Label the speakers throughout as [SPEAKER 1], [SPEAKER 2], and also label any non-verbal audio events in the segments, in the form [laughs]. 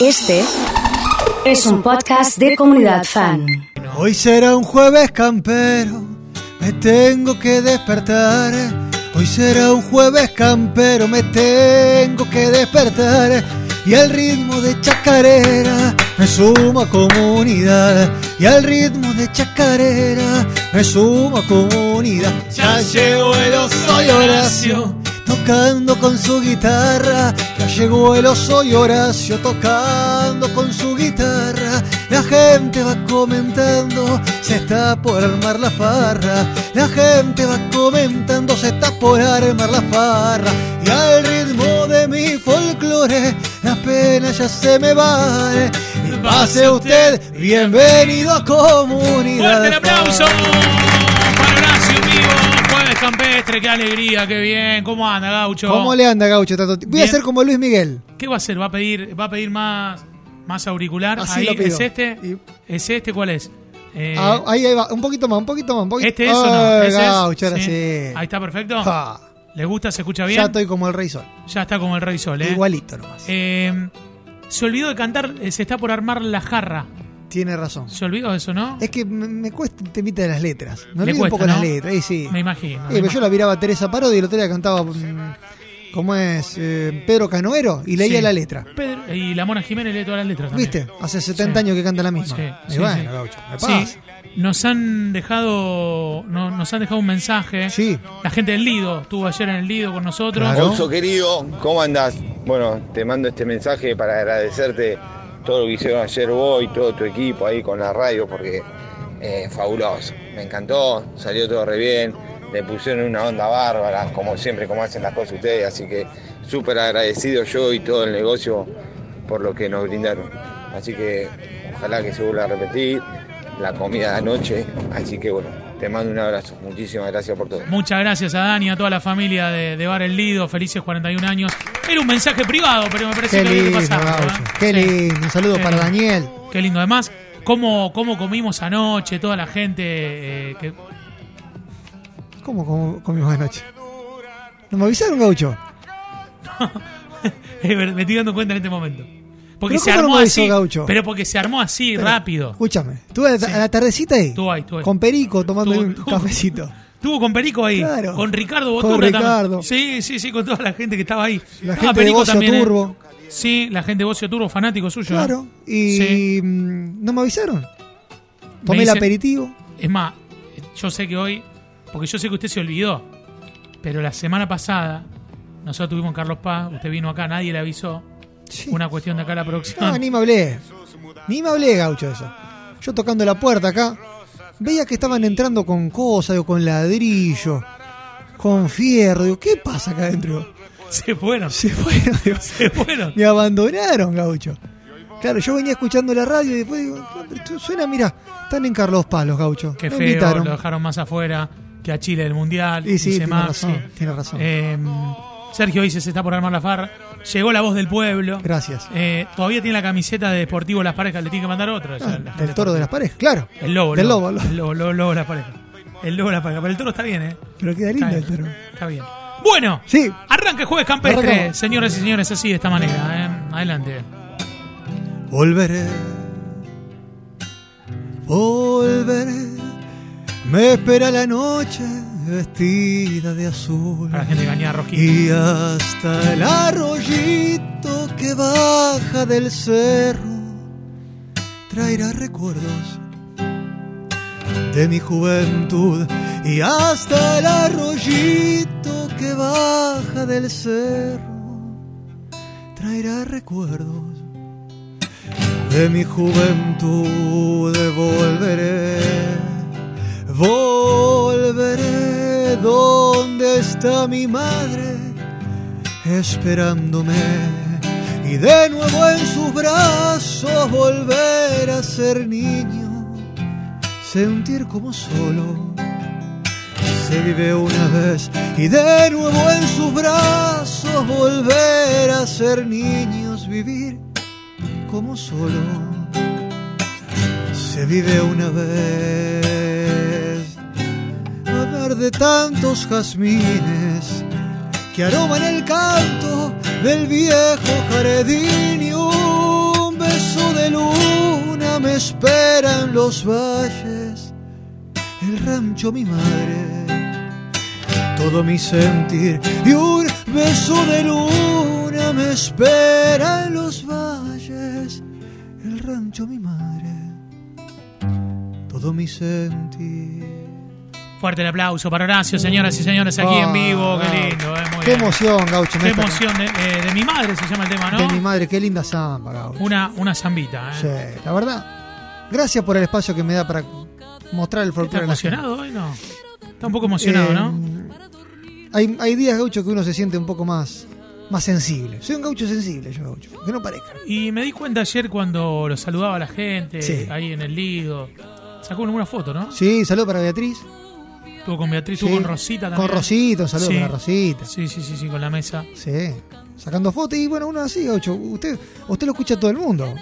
[SPEAKER 1] Este es un podcast de comunidad fan.
[SPEAKER 2] Hoy será un jueves campero, me tengo que despertar. Hoy será un jueves campero, me tengo que despertar. Y al ritmo de chacarera me sumo a comunidad. Y al ritmo de chacarera me sumo a comunidad. Ya llegó el oso y Horacio tocando con su guitarra. Ya llegó el oso y Horacio tocando con su guitarra. La gente va comentando, se está por armar la farra. La gente va comentando, se está por armar la farra. Y al ritmo de mi folclore, la pena ya se me va. eh. Y pase usted, bienvenido a comunidad.
[SPEAKER 3] ¡Fuerte el aplauso! Para Horacio Vivo, Jueves Campestre, qué alegría, qué bien. ¿Cómo anda, Gaucho?
[SPEAKER 2] ¿Cómo le anda, Gaucho? tanto tiempo? Voy a
[SPEAKER 3] Bien.
[SPEAKER 2] ser como Luis Miguel.
[SPEAKER 3] ¿Qué va a hacer? ¿Va a pedir, va a pedir más, más auricular?
[SPEAKER 2] Así
[SPEAKER 3] Ahí,
[SPEAKER 2] lo pido.
[SPEAKER 3] ¿Es este?
[SPEAKER 2] Y-
[SPEAKER 3] ¿Es este? ¿Cuál es? Eh,
[SPEAKER 2] Ah, ahí, ahí va, un poquito más, un poquito más, un poquito
[SPEAKER 3] ¿Este es o no?
[SPEAKER 2] Ay,
[SPEAKER 3] ¿Ese es?
[SPEAKER 2] Gaucho, ahora sí.
[SPEAKER 3] Ahí está perfecto.
[SPEAKER 2] Ja,
[SPEAKER 3] ¿Le gusta? ¿Se escucha bien?
[SPEAKER 2] ya estoy como el Rey Sol.
[SPEAKER 3] Ya está como el Rey Sol, ¿eh?
[SPEAKER 2] Igualito nomás.
[SPEAKER 3] Eh, se olvidó de cantar, eh, se está por armar la jarra.
[SPEAKER 2] Tiene razón.
[SPEAKER 3] ¿Se olvidó de eso, no?
[SPEAKER 2] Es que me, me cuesta el temita de las letras. Me
[SPEAKER 3] Le
[SPEAKER 2] olvido un
[SPEAKER 3] cuesta,
[SPEAKER 2] poco las
[SPEAKER 3] ¿no?
[SPEAKER 2] letras, ahí sí.
[SPEAKER 3] Me
[SPEAKER 2] Eh,
[SPEAKER 3] imagino. me
[SPEAKER 2] pero yo la miraba a Teresa Parodi y el otro día cantaba, mm, ¿cómo es? Eh, Pedro Canoero y leía
[SPEAKER 3] Sí.
[SPEAKER 2] la letra.
[SPEAKER 3] Pedro- y la Mona Jiménez lee todas las letras. también.
[SPEAKER 2] ¿Viste? Hace 70
[SPEAKER 3] Sí.
[SPEAKER 2] años que canta la misma.
[SPEAKER 3] Sí,
[SPEAKER 2] Y
[SPEAKER 3] sí,
[SPEAKER 2] bueno,
[SPEAKER 3] sí.
[SPEAKER 2] Gaucho, me
[SPEAKER 3] Sí,
[SPEAKER 2] pasa.
[SPEAKER 3] nos han dejado no- nos han dejado un mensaje.
[SPEAKER 2] Sí.
[SPEAKER 3] La gente del Lido estuvo ayer en el Lido con nosotros.
[SPEAKER 2] Claro.
[SPEAKER 4] Alonso querido, ¿cómo andás? Bueno, te mando este mensaje para agradecerte todo lo que hicieron ayer vos y todo tu equipo ahí con la radio, porque eh, fabuloso. Me encantó, salió todo re bien, le pusieron una onda bárbara, como siempre, como hacen las cosas ustedes, así que súper agradecido yo y todo el negocio por lo que nos brindaron. Así que ojalá que se vuelva a repetir la comida de anoche, así que bueno, te mando un abrazo, muchísimas gracias por todo.
[SPEAKER 3] Muchas gracias a Dani, a toda la familia de, de Bar El Lido, felices 41 años. Era un mensaje privado, pero me parece
[SPEAKER 2] Qué
[SPEAKER 3] que había que
[SPEAKER 2] lindo,
[SPEAKER 3] pasarlo,
[SPEAKER 2] Gaucho.
[SPEAKER 3] ¿eh?
[SPEAKER 2] Qué
[SPEAKER 3] Sí.
[SPEAKER 2] lindo. Un saludo
[SPEAKER 3] Sí.
[SPEAKER 2] para Daniel.
[SPEAKER 3] Qué lindo. Además, cómo, cómo comimos anoche, toda la gente. eh, que- [laughs]
[SPEAKER 2] ¿Cómo com- comimos anoche? ¿No me avisaron, Gaucho?
[SPEAKER 3] me estoy dando cuenta en este momento. Porque
[SPEAKER 2] ¿Pero
[SPEAKER 3] se
[SPEAKER 2] cómo
[SPEAKER 3] armó
[SPEAKER 2] no me avisó,
[SPEAKER 3] así.
[SPEAKER 2] Gaucho?
[SPEAKER 3] Pero porque se armó así,
[SPEAKER 2] Pero,
[SPEAKER 3] rápido.
[SPEAKER 2] Escúchame. Estuve a la- a la tardecita ahí.
[SPEAKER 3] Estuve ahí, estuve ahí.
[SPEAKER 2] Con Perico tomando
[SPEAKER 3] Estuve-
[SPEAKER 2] un
[SPEAKER 3] estuve-
[SPEAKER 2] cafecito.
[SPEAKER 3] Estuvo con Perico ahí,
[SPEAKER 2] Claro.
[SPEAKER 3] con Ricardo
[SPEAKER 2] Con
[SPEAKER 3] Boturra también.
[SPEAKER 2] Ricardo.
[SPEAKER 3] Sí, sí, sí, con toda la gente que estaba ahí.
[SPEAKER 2] La
[SPEAKER 3] Estaba
[SPEAKER 2] gente de Bocio
[SPEAKER 3] ¿eh?
[SPEAKER 2] Turbo.
[SPEAKER 3] Sí, la gente de Bocio Turbo, fanático suyo. ¿eh?
[SPEAKER 2] Claro. Y
[SPEAKER 3] Sí.
[SPEAKER 2] mm, no me avisaron. Tomé
[SPEAKER 3] Me
[SPEAKER 2] el
[SPEAKER 3] dicen-
[SPEAKER 2] aperitivo.
[SPEAKER 3] Es más, yo sé que hoy, porque yo sé que usted se olvidó, pero la semana pasada nosotros tuvimos a Carlos Paz, usted vino acá, nadie le avisó.
[SPEAKER 2] Sí.
[SPEAKER 3] Una Ah. cuestión de acá la producción.
[SPEAKER 2] No, ni me hablé. Ni me hablé, Gaucho, eso. Yo tocando la puerta acá, veía que estaban entrando con cosas, digo, con ladrillo, con fierro. Digo, ¿qué pasa acá adentro?
[SPEAKER 3] [laughs]
[SPEAKER 2] [laughs]
[SPEAKER 3] Se fueron,
[SPEAKER 2] Se fueron, digo.
[SPEAKER 3] se fueron.
[SPEAKER 2] Me abandonaron, gaucho. Claro, yo venía escuchando la radio y después digo, "No, pero esto suena, mira, están en Carlos Palos, gaucho.
[SPEAKER 3] Qué
[SPEAKER 2] Me
[SPEAKER 3] feo,
[SPEAKER 2] invitaron.
[SPEAKER 3] lo dejaron más afuera que a Chile del Mundial.
[SPEAKER 2] Y sí,
[SPEAKER 3] dice
[SPEAKER 2] tiene
[SPEAKER 3] Maxi.
[SPEAKER 2] razón, tiene razón.
[SPEAKER 3] Eh, Sergio dice, se está por armar la farra. Llegó la voz del pueblo.
[SPEAKER 2] Gracias.
[SPEAKER 3] Eh, todavía tiene la camiseta de Deportivo Las Parejas, le tiene que mandar otra.
[SPEAKER 2] Ah,
[SPEAKER 3] ya, la-
[SPEAKER 2] del toro de las paredes, claro.
[SPEAKER 3] El lobo,
[SPEAKER 2] Del
[SPEAKER 3] lobo,
[SPEAKER 2] lobo, lobo.
[SPEAKER 3] El lobo, lobo, lobo de Las Parejas. El lobo de Las Parejas. Pero el toro está bien, ¿eh?
[SPEAKER 2] Pero queda
[SPEAKER 3] Está
[SPEAKER 2] lindo el
[SPEAKER 3] bien,
[SPEAKER 2] toro.
[SPEAKER 3] está bien. Bueno,
[SPEAKER 2] Sí.
[SPEAKER 3] arranque Jueves Campestre,
[SPEAKER 2] Arrancamos.
[SPEAKER 3] señoras y señores, así de esta manera. ¿eh? Adelante.
[SPEAKER 2] Volveré, volveré. Me espera la noche vestida de azul.
[SPEAKER 3] Para la gente cañada, Rosquín.
[SPEAKER 2] Y hasta el arroyito que baja del cerro traerá recuerdos de mi juventud. Y hasta el arroyito que baja del cerro traerá recuerdos de mi juventud volveré, volveré donde está mi madre esperándome y de nuevo en sus brazos volver a ser niño, sentir como solo se vive una vez y de nuevo en sus brazos volver a ser niños, vivir como solo se vive una vez. Hablar de tantos jazmines que aroman el canto del viejo jardín y un esperan los valles, el rancho mi madre, todo mi sentir y un beso de luna me espera en los valles, el rancho mi madre, todo mi sentir.
[SPEAKER 3] Fuerte el aplauso para Horacio, señoras y señores, aquí en vivo. Qué lindo, eh, muy
[SPEAKER 2] Ah, Qué
[SPEAKER 3] bien.
[SPEAKER 2] emoción, Gaucho.
[SPEAKER 3] Qué
[SPEAKER 2] neta.
[SPEAKER 3] emoción de, eh, de mi madre se llama el tema,
[SPEAKER 2] De mi
[SPEAKER 3] ¿no?
[SPEAKER 2] madre, qué linda samba, Gaucho.
[SPEAKER 3] Una, una zambita, ¿eh?
[SPEAKER 2] Sí, la verdad. Gracias por el espacio que me da para mostrar el
[SPEAKER 3] ¿Está
[SPEAKER 2] folclore. a la gente.
[SPEAKER 3] emocionado hoy? No. Está un poco emocionado, ¿no?
[SPEAKER 2] Eh, Hay, hay días, Gaucho, que uno se siente un poco más, más sensible. Soy un gaucho sensible, yo, Gaucho. Que no parezca.
[SPEAKER 3] Y me di cuenta ayer cuando lo saludaba a la gente,
[SPEAKER 2] Sí.
[SPEAKER 3] ahí en el Lido. Sacó una foto, ¿no?
[SPEAKER 2] Sí, saludo para Beatriz.
[SPEAKER 3] Estuvo con Beatriz,
[SPEAKER 2] Sí.
[SPEAKER 3] estuvo con Rosita también.
[SPEAKER 2] Con Rosita, un saludo
[SPEAKER 3] Sí.
[SPEAKER 2] para Rosita.
[SPEAKER 3] Sí, sí, sí, sí, con la mesa.
[SPEAKER 2] Sí. Sacando fotos y bueno, uno así, Gaucho. Usted, usted lo escucha a todo el mundo.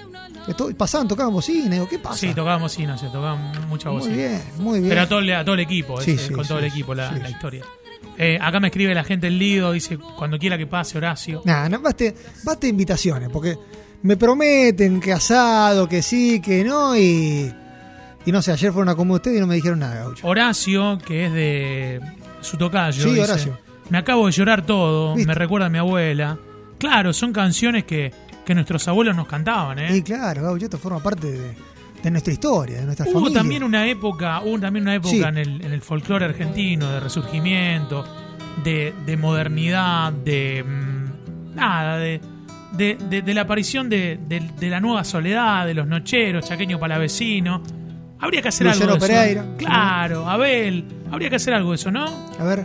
[SPEAKER 2] Esto- pasaban, tocaban bocina. Digo, ¿qué pasa?
[SPEAKER 3] Sí, tocábamos sí, no sé, tocábamos mucha voz.
[SPEAKER 2] muy
[SPEAKER 3] sí.
[SPEAKER 2] bien, muy bien.
[SPEAKER 3] Pero a todo, el- a todo el equipo,
[SPEAKER 2] Sí,
[SPEAKER 3] ese,
[SPEAKER 2] sí,
[SPEAKER 3] con todo
[SPEAKER 2] sí,
[SPEAKER 3] el equipo la,
[SPEAKER 2] sí,
[SPEAKER 3] la
[SPEAKER 2] sí.
[SPEAKER 3] historia. Eh, acá me escribe la gente el Lido, dice, cuando quiera que pase, Horacio.
[SPEAKER 2] Nah, no, basta, basta invitaciones, porque me prometen que asado, que sí, que no, y, y no sé, ayer fueron a como ustedes y no me dijeron nada, gaucho.
[SPEAKER 3] Horacio, que es de su tocayo.
[SPEAKER 2] Sí,
[SPEAKER 3] dice,
[SPEAKER 2] Horacio.
[SPEAKER 3] Me acabo de llorar todo,
[SPEAKER 2] ¿Viste?
[SPEAKER 3] me recuerda a mi abuela. Claro, son canciones que, que nuestros abuelos nos cantaban, ¿eh?
[SPEAKER 2] Y claro, gaucho, esto forma parte de, de nuestra historia, de nuestra
[SPEAKER 3] Hubo
[SPEAKER 2] familia.
[SPEAKER 3] Uh, también una época, hubo también una época
[SPEAKER 2] Sí.
[SPEAKER 3] en el, en el folclore argentino de resurgimiento, de, de modernidad, de mm, nada, de, de, de- de la aparición de, de- de la nueva soledad, de los nocheros, chaqueño palavecino. Habría que hacer
[SPEAKER 2] Luciano
[SPEAKER 3] algo de
[SPEAKER 2] Pereira.
[SPEAKER 3] eso. Claro, Abel, habría que hacer algo de eso, ¿no?
[SPEAKER 2] A ver.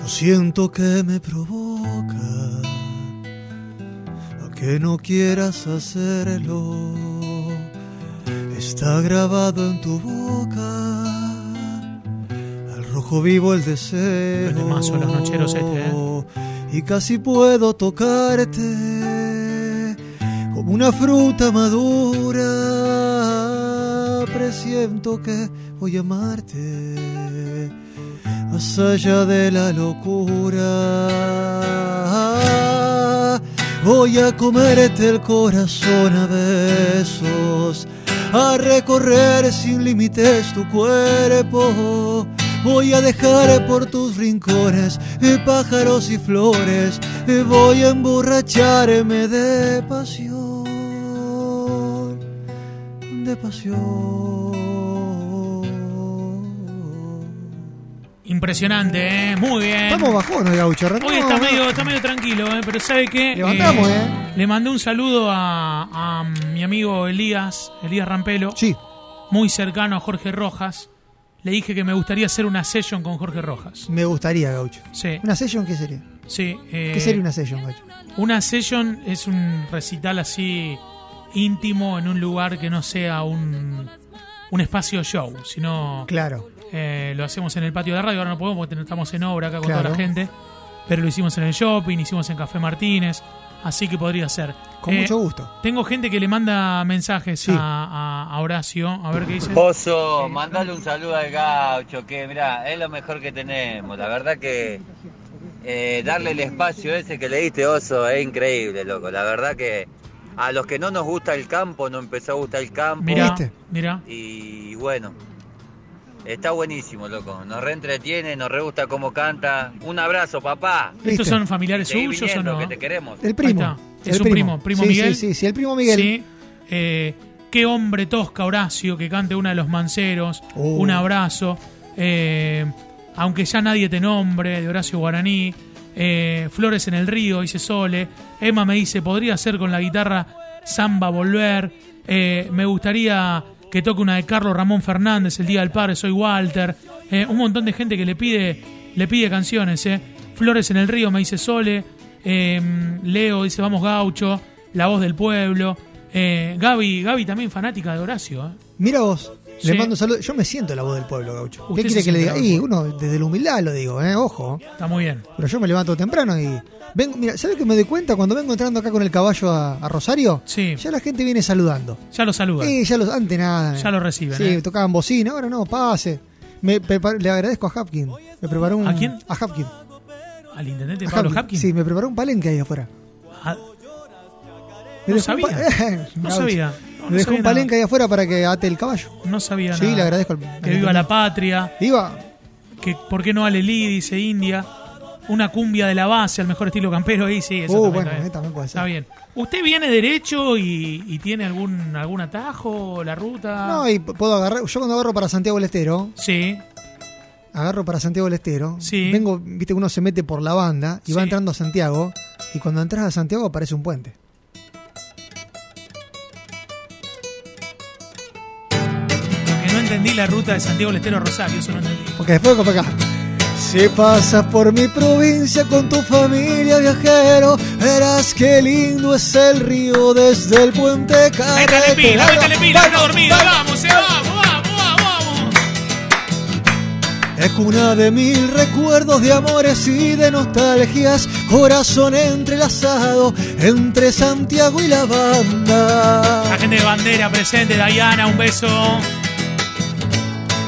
[SPEAKER 2] Yo siento que me provoca a que no quieras hacerlo. Está grabado en tu boca al rojo vivo el deseo.
[SPEAKER 3] Qué temazo, Los Nocheros este, ¿eh?
[SPEAKER 2] Y casi puedo tocarte como una fruta madura. Presiento que voy a amarte más allá de la locura. Voy a comerte el corazón a besos, a recorrer sin límites tu cuerpo. Voy a dejar por tus rincones eh, pájaros y flores. Eh, Voy a emborracharme de pasión, de pasión.
[SPEAKER 3] Impresionante, ¿eh? Muy bien.
[SPEAKER 2] Estamos bajones, gaucho.
[SPEAKER 3] Hoy
[SPEAKER 2] retomamos,
[SPEAKER 3] está medio,
[SPEAKER 2] ¿no?
[SPEAKER 3] está medio tranquilo, ¿eh? pero ¿sabe qué?
[SPEAKER 2] Levantamos, ¿eh?
[SPEAKER 3] Le mandé un saludo a, a mi amigo Elías, Elías Rampelo.
[SPEAKER 2] Sí,
[SPEAKER 3] muy cercano a Jorge Rojas, le dije que me gustaría hacer una session con Jorge Rojas.
[SPEAKER 2] me gustaría, gaucho.
[SPEAKER 3] Sí,
[SPEAKER 2] ¿Una session qué sería?
[SPEAKER 3] sí. eh,
[SPEAKER 2] ¿Qué sería una session, gaucho?
[SPEAKER 3] una session es un recital así íntimo en un lugar que no sea un, un espacio show, sino
[SPEAKER 2] Claro.
[SPEAKER 3] eh, lo hacemos en el patio de radio. Ahora no podemos porque ten- estamos en obra acá con
[SPEAKER 2] Claro.
[SPEAKER 3] toda la gente, pero lo hicimos en el shopping, hicimos en Café Martínez, así que podría ser.
[SPEAKER 2] Con
[SPEAKER 3] Eh,
[SPEAKER 2] mucho gusto.
[SPEAKER 3] Tengo gente que le manda mensajes
[SPEAKER 2] Sí. Oh,
[SPEAKER 3] a, a- a Horacio, a ver qué dice.
[SPEAKER 5] Pozo, mandale un saludo al gaucho, que mirá, es lo mejor que tenemos. La verdad que eh, darle el espacio ese que le diste, Oso, es increíble, loco. La verdad que a los que no nos gusta el campo, nos empezó a gustar el campo.
[SPEAKER 3] Mira,
[SPEAKER 2] ¿Viste?
[SPEAKER 3] mira.
[SPEAKER 5] Y bueno, está buenísimo, loco. Nos reentretiene, nos re gusta cómo canta. Un abrazo, papá.
[SPEAKER 2] ¿Viste?
[SPEAKER 3] ¿Estos son familiares
[SPEAKER 5] Seguí
[SPEAKER 3] suyos o
[SPEAKER 5] viniendo,
[SPEAKER 3] no?
[SPEAKER 5] que te queremos.
[SPEAKER 2] El primo.
[SPEAKER 3] Ahí está.
[SPEAKER 2] El
[SPEAKER 3] Es un primo, primo
[SPEAKER 2] Sí,
[SPEAKER 3] Miguel.
[SPEAKER 2] Sí, sí, sí, el primo Miguel.
[SPEAKER 3] Sí. Eh, qué hombre tosca Horacio que cante una de los manceros.
[SPEAKER 2] Oh.
[SPEAKER 3] Un abrazo. Eh, aunque ya nadie te nombre, de Horacio Guaraní. Eh, Flores en el río, dice Sole. Emma me dice, podría hacer con la guitarra Samba Volver. Eh, me gustaría que toque una de Carlos Ramón Fernández, El Día del Padre, Soy Walter. Eh, un montón de gente que le pide, le pide canciones. eh. Flores en el río, me dice Sole. Eh, Leo dice, vamos gaucho. La voz del pueblo. Eh, Gaby, Gaby también fanática de Horacio. eh.
[SPEAKER 2] Mira vos.
[SPEAKER 3] Sí.
[SPEAKER 2] Le mando un saludo. Yo me siento la voz del pueblo, gaucho.
[SPEAKER 3] Usted
[SPEAKER 2] ¿Qué
[SPEAKER 3] se
[SPEAKER 2] quiere que le
[SPEAKER 3] siente
[SPEAKER 2] diga?
[SPEAKER 3] la voz del
[SPEAKER 2] Y uno desde la humildad lo digo, ¿eh? Ojo.
[SPEAKER 3] Está muy bien.
[SPEAKER 2] Pero yo me levanto temprano y. Vengo, mira, ¿sabes qué me doy cuenta? Cuando vengo entrando acá con el caballo a, a Rosario,
[SPEAKER 3] Sí.
[SPEAKER 2] ya la gente viene saludando.
[SPEAKER 3] Ya lo saludan.
[SPEAKER 2] Eh, ya los, antes nada.
[SPEAKER 3] Ya lo reciben,
[SPEAKER 2] Sí,
[SPEAKER 3] eh.
[SPEAKER 2] tocaban bocina, ahora no, pase. Me prepar- le agradezco a Hapkin. Me preparó un.
[SPEAKER 3] ¿A quién?
[SPEAKER 2] A Hapkin.
[SPEAKER 3] Al intendente
[SPEAKER 2] A
[SPEAKER 3] Pablo
[SPEAKER 2] Hapkin.
[SPEAKER 3] Hapkin.
[SPEAKER 2] Sí, me preparó un palenque ahí afuera.
[SPEAKER 3] Ah,
[SPEAKER 2] Me dejó
[SPEAKER 3] no
[SPEAKER 2] un
[SPEAKER 3] sabía.
[SPEAKER 2] pa- [laughs]
[SPEAKER 3] No
[SPEAKER 2] Gaucho.
[SPEAKER 3] sabía. no
[SPEAKER 2] Me dejó
[SPEAKER 3] sabía
[SPEAKER 2] un
[SPEAKER 3] nada.
[SPEAKER 2] palenque ahí afuera para que ate el caballo.
[SPEAKER 3] No sabía
[SPEAKER 2] Sí,
[SPEAKER 3] nada.
[SPEAKER 2] le agradezco al-
[SPEAKER 3] Que viva la patria.
[SPEAKER 2] Iba.
[SPEAKER 3] Que por qué no Alelí, dice India. Una cumbia de la base, al mejor estilo campero. Ahí sí, eso
[SPEAKER 2] Uh,
[SPEAKER 3] también,
[SPEAKER 2] bueno,
[SPEAKER 3] está bien.
[SPEAKER 2] eh, también puede ser.
[SPEAKER 3] Está bien. ¿Usted viene derecho y, y tiene algún, algún atajo, la ruta?
[SPEAKER 2] No, eh. y p- puedo agarrar. Yo cuando agarro para Santiago del Estero,
[SPEAKER 3] Sí,
[SPEAKER 2] agarro para Santiago del Estero.
[SPEAKER 3] Sí.
[SPEAKER 2] Vengo, viste que uno se mete por la banda y va
[SPEAKER 3] Sí.
[SPEAKER 2] entrando a Santiago. Y cuando entras a Santiago aparece un puente.
[SPEAKER 3] porque no entendí la ruta de Santiago del Estero a Rosario, eso no entendí.
[SPEAKER 2] Porque después para acá. Si pasas por mi provincia con tu familia viajero, verás qué lindo es el río desde el puente
[SPEAKER 3] Ahí está Lepila, ahí está
[SPEAKER 2] carretera.
[SPEAKER 3] Lepila, está dormido, vamos, eh, vamos, vamos, vamos.
[SPEAKER 2] Es cuna de mil recuerdos de amores y de nostalgias, corazón entrelazado entre Santiago y la
[SPEAKER 3] La
[SPEAKER 2] banda.
[SPEAKER 3] gente de bandera presente, Dayana, un beso.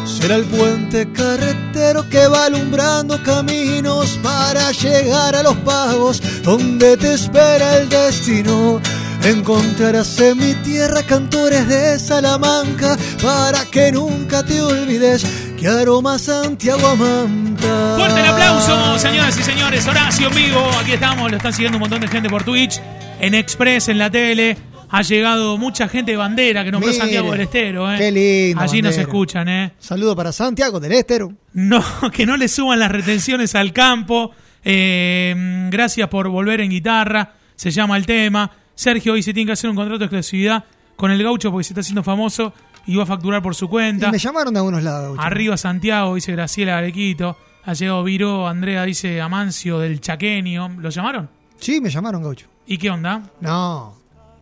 [SPEAKER 2] Será el puente carretero que va alumbrando caminos para llegar a los pagos donde te espera el destino. Encontrarás en mi tierra cantores de Salamanca para que nunca te olvides que aroma Santiago amanta.
[SPEAKER 3] Fuerte el aplauso, señoras y señores. Horacio en vivo, aquí estamos, lo están siguiendo un montón de gente por Twitch, en Express, en la tele. Ha llegado mucha gente de bandera que nombró
[SPEAKER 2] Mire,
[SPEAKER 3] Santiago del Estero, eh.
[SPEAKER 2] qué lindo,
[SPEAKER 3] Allí nos
[SPEAKER 2] Bandera.
[SPEAKER 3] escuchan, eh.
[SPEAKER 2] Saludo para Santiago del Estero.
[SPEAKER 3] No, [laughs] que no le suban las retenciones al campo. Eh, mm, gracias por volver en guitarra. Se llama el tema. Sergio hoy se tiene que hacer un contrato de exclusividad con el gaucho porque se está haciendo famoso y va a facturar por su
[SPEAKER 2] Y
[SPEAKER 3] cuenta.
[SPEAKER 2] me llamaron de algunos lados. Gaucho.
[SPEAKER 3] Arriba Santiago, dice Graciela Arequito. Ha llegado Viro, Andrea dice Amancio del Chaqueño. ¿Lo llamaron?
[SPEAKER 2] Sí, me llamaron, Gaucho.
[SPEAKER 3] ¿Y qué onda?
[SPEAKER 2] No,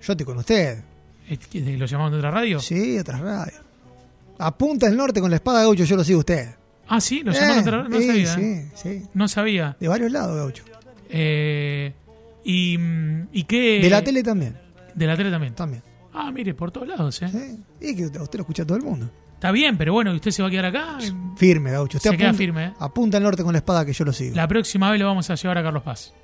[SPEAKER 2] yo estoy con usted.
[SPEAKER 3] ¿Es que eh, ¿Lo llamaron de otra radio?
[SPEAKER 2] Sí, atrás radio. Apunta el norte con la espada, Gaucho, yo lo sigo a usted.
[SPEAKER 3] Ah, sí, lo
[SPEAKER 2] Eh,
[SPEAKER 3] llamaron de otra radio. No
[SPEAKER 2] sí,
[SPEAKER 3] sabía. ¿eh?
[SPEAKER 2] sí, sí.
[SPEAKER 3] No sabía.
[SPEAKER 2] De varios lados, Gaucho.
[SPEAKER 3] Eh, y, mm, ¿Y qué?
[SPEAKER 2] De la tele también.
[SPEAKER 3] De la tele también.
[SPEAKER 2] También.
[SPEAKER 3] Ah, mire, por todos lados, ¿eh?
[SPEAKER 2] Sí. Y que usted usted lo escucha a todo el mundo.
[SPEAKER 3] Está bien, pero bueno, ¿y usted se va a quedar acá?
[SPEAKER 2] Firme, Gaucho. Usted
[SPEAKER 3] Se queda
[SPEAKER 2] apunta,
[SPEAKER 3] firme, ¿eh?
[SPEAKER 2] Apunta el norte con la espada que yo lo sigo.
[SPEAKER 3] La próxima vez lo vamos a llevar a Carlos Paz.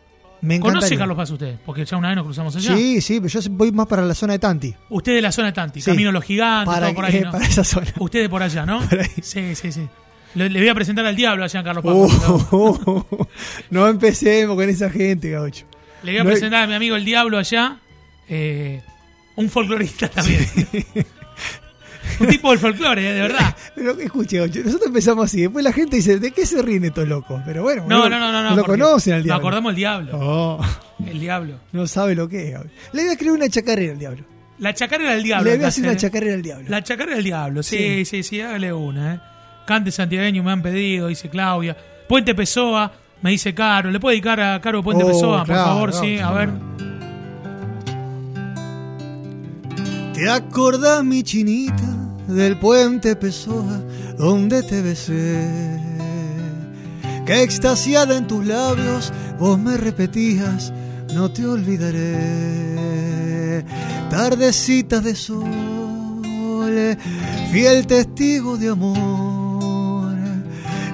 [SPEAKER 2] Me encanta.
[SPEAKER 3] ¿Conoce a Carlos Paz usted? Porque ya una vez nos cruzamos allá.
[SPEAKER 2] Sí, sí, pero yo voy más para la zona de Tanti.
[SPEAKER 3] Usted de la zona de Tanti,
[SPEAKER 2] Sí.
[SPEAKER 3] Camino a Los Gigantes,
[SPEAKER 2] Para,
[SPEAKER 3] todo por ahí,
[SPEAKER 2] eh,
[SPEAKER 3] ¿no?
[SPEAKER 2] [laughs] para esa
[SPEAKER 3] [laughs]
[SPEAKER 2] zona.
[SPEAKER 3] Usted de por allá, ¿no?
[SPEAKER 2] Para ahí.
[SPEAKER 3] Sí, sí, sí. Le, le voy a presentar al diablo allá en Carlos Paz.
[SPEAKER 2] Uh, [laughs] no empecemos con esa gente, Gaucho.
[SPEAKER 3] Le voy a
[SPEAKER 2] no hay-
[SPEAKER 3] presentar a mi amigo el diablo allá. eh, un folclorista también. un tipo del folclore, eh, de verdad.
[SPEAKER 2] Pero escuche, Gaucho, nosotros empezamos así. Después la gente dice, ¿de qué se ríen estos locos? Pero bueno,
[SPEAKER 3] No,
[SPEAKER 2] boludo,
[SPEAKER 3] no, no, no. no,
[SPEAKER 2] lo
[SPEAKER 3] porque
[SPEAKER 2] conocen al
[SPEAKER 3] Nos
[SPEAKER 2] diablo.
[SPEAKER 3] acordamos el diablo.
[SPEAKER 2] Oh,
[SPEAKER 3] El diablo.
[SPEAKER 2] no sabe lo que es, Gaucho. Le voy a escribir una chacarera al diablo.
[SPEAKER 3] La chacarera del diablo.
[SPEAKER 2] Le voy a
[SPEAKER 3] acá,
[SPEAKER 2] hacer una
[SPEAKER 3] eh.
[SPEAKER 2] chacarera al diablo.
[SPEAKER 3] La chacarera del diablo, sí, sí, sí, hágale una, ¿eh? Cante santiagueño, me han pedido, dice Claudia. Puente Pessoa, me dice Caro. ¿Le puede dedicar a Caro Puente
[SPEAKER 2] Oh,
[SPEAKER 3] Pessoa,
[SPEAKER 2] claro,
[SPEAKER 3] por favor?
[SPEAKER 2] claro,
[SPEAKER 3] sí, a
[SPEAKER 2] sí.
[SPEAKER 3] ver.
[SPEAKER 2] ¿Te acordás, mi chinita, del puente Pessoa donde te besé? Que extasiada en tus labios vos me repetías, no te olvidaré. Tardecitas de sol, fiel testigo de amor.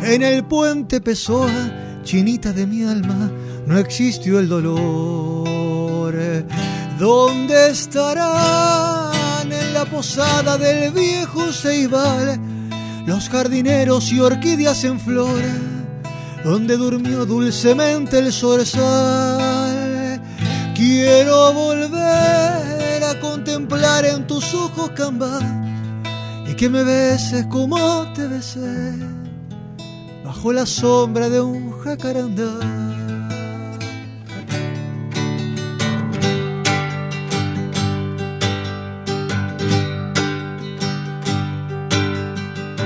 [SPEAKER 2] En el puente Pessoa, chinita de mi alma, no existió el dolor. ¿Dónde estarán en la posada del viejo Ceibal los jardineros y orquídeas en flor? Donde durmió dulcemente el zorzal. Quiero volver a contemplar en tus ojos camba y que me beses como te besé bajo la sombra de un jacarandá.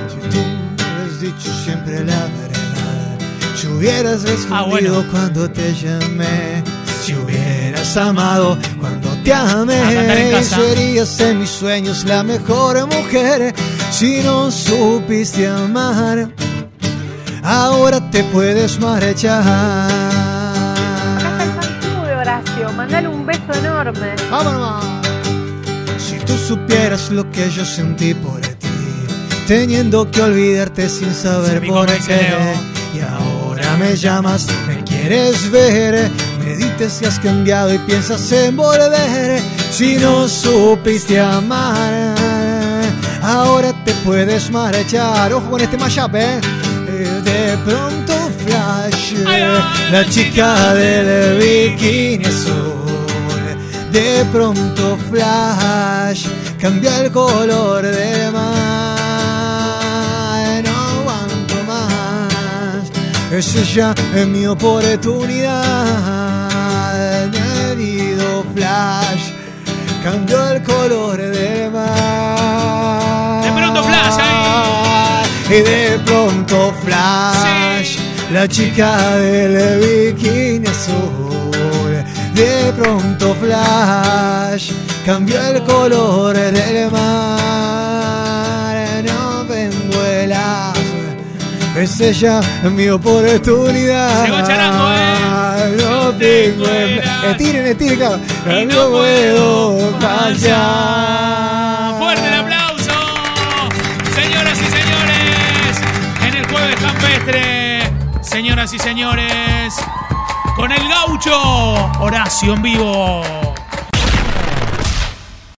[SPEAKER 2] Si tú hubieras dicho siempre la verdad, si hubieras respondido
[SPEAKER 3] Ah, bueno.
[SPEAKER 2] cuando te llamé, si hubieras amado cuando te
[SPEAKER 3] A cantar en
[SPEAKER 2] amé,
[SPEAKER 3] casa.
[SPEAKER 2] serías en mis sueños la mejor mujer si no supiste amar. Ahora te puedes
[SPEAKER 6] Acá
[SPEAKER 2] marchar.
[SPEAKER 6] está el Santude, Horacio. Mandale un beso enorme.
[SPEAKER 2] ¡Vámonos! Si tú supieras lo que yo sentí por ti, teniendo que olvidarte sin
[SPEAKER 3] Se
[SPEAKER 2] saber
[SPEAKER 3] picó
[SPEAKER 2] por
[SPEAKER 3] Maiceo.
[SPEAKER 2] qué. Y ahora me llamas, me quieres ver, Medites si has cambiado y piensas en volver. Si no supiste amar, ahora te puedes marchar. Ojo con este mashup, eh. Eh, De pronto flash, la chica del bikini azul. De pronto flash, cambia el color del mar. No aguanto más, es ella es mi oportunidad. Querido flash, cambió el color del mar.
[SPEAKER 3] De pronto flash, ahí.
[SPEAKER 2] Y de pronto flash, la chica del bikini azul. De pronto flash, cambió el color del mar. No venduelas, es ella mi oportunidad.
[SPEAKER 3] Llegó Charango, eh.
[SPEAKER 2] No tengo en- Estiren, estiren, eh, claro.
[SPEAKER 3] Y
[SPEAKER 2] no puedo callar.
[SPEAKER 3] Fuerte el aplauso, señoras y señores, en el jueves campestre, señoras y señores, con el gaucho Horacio en vivo.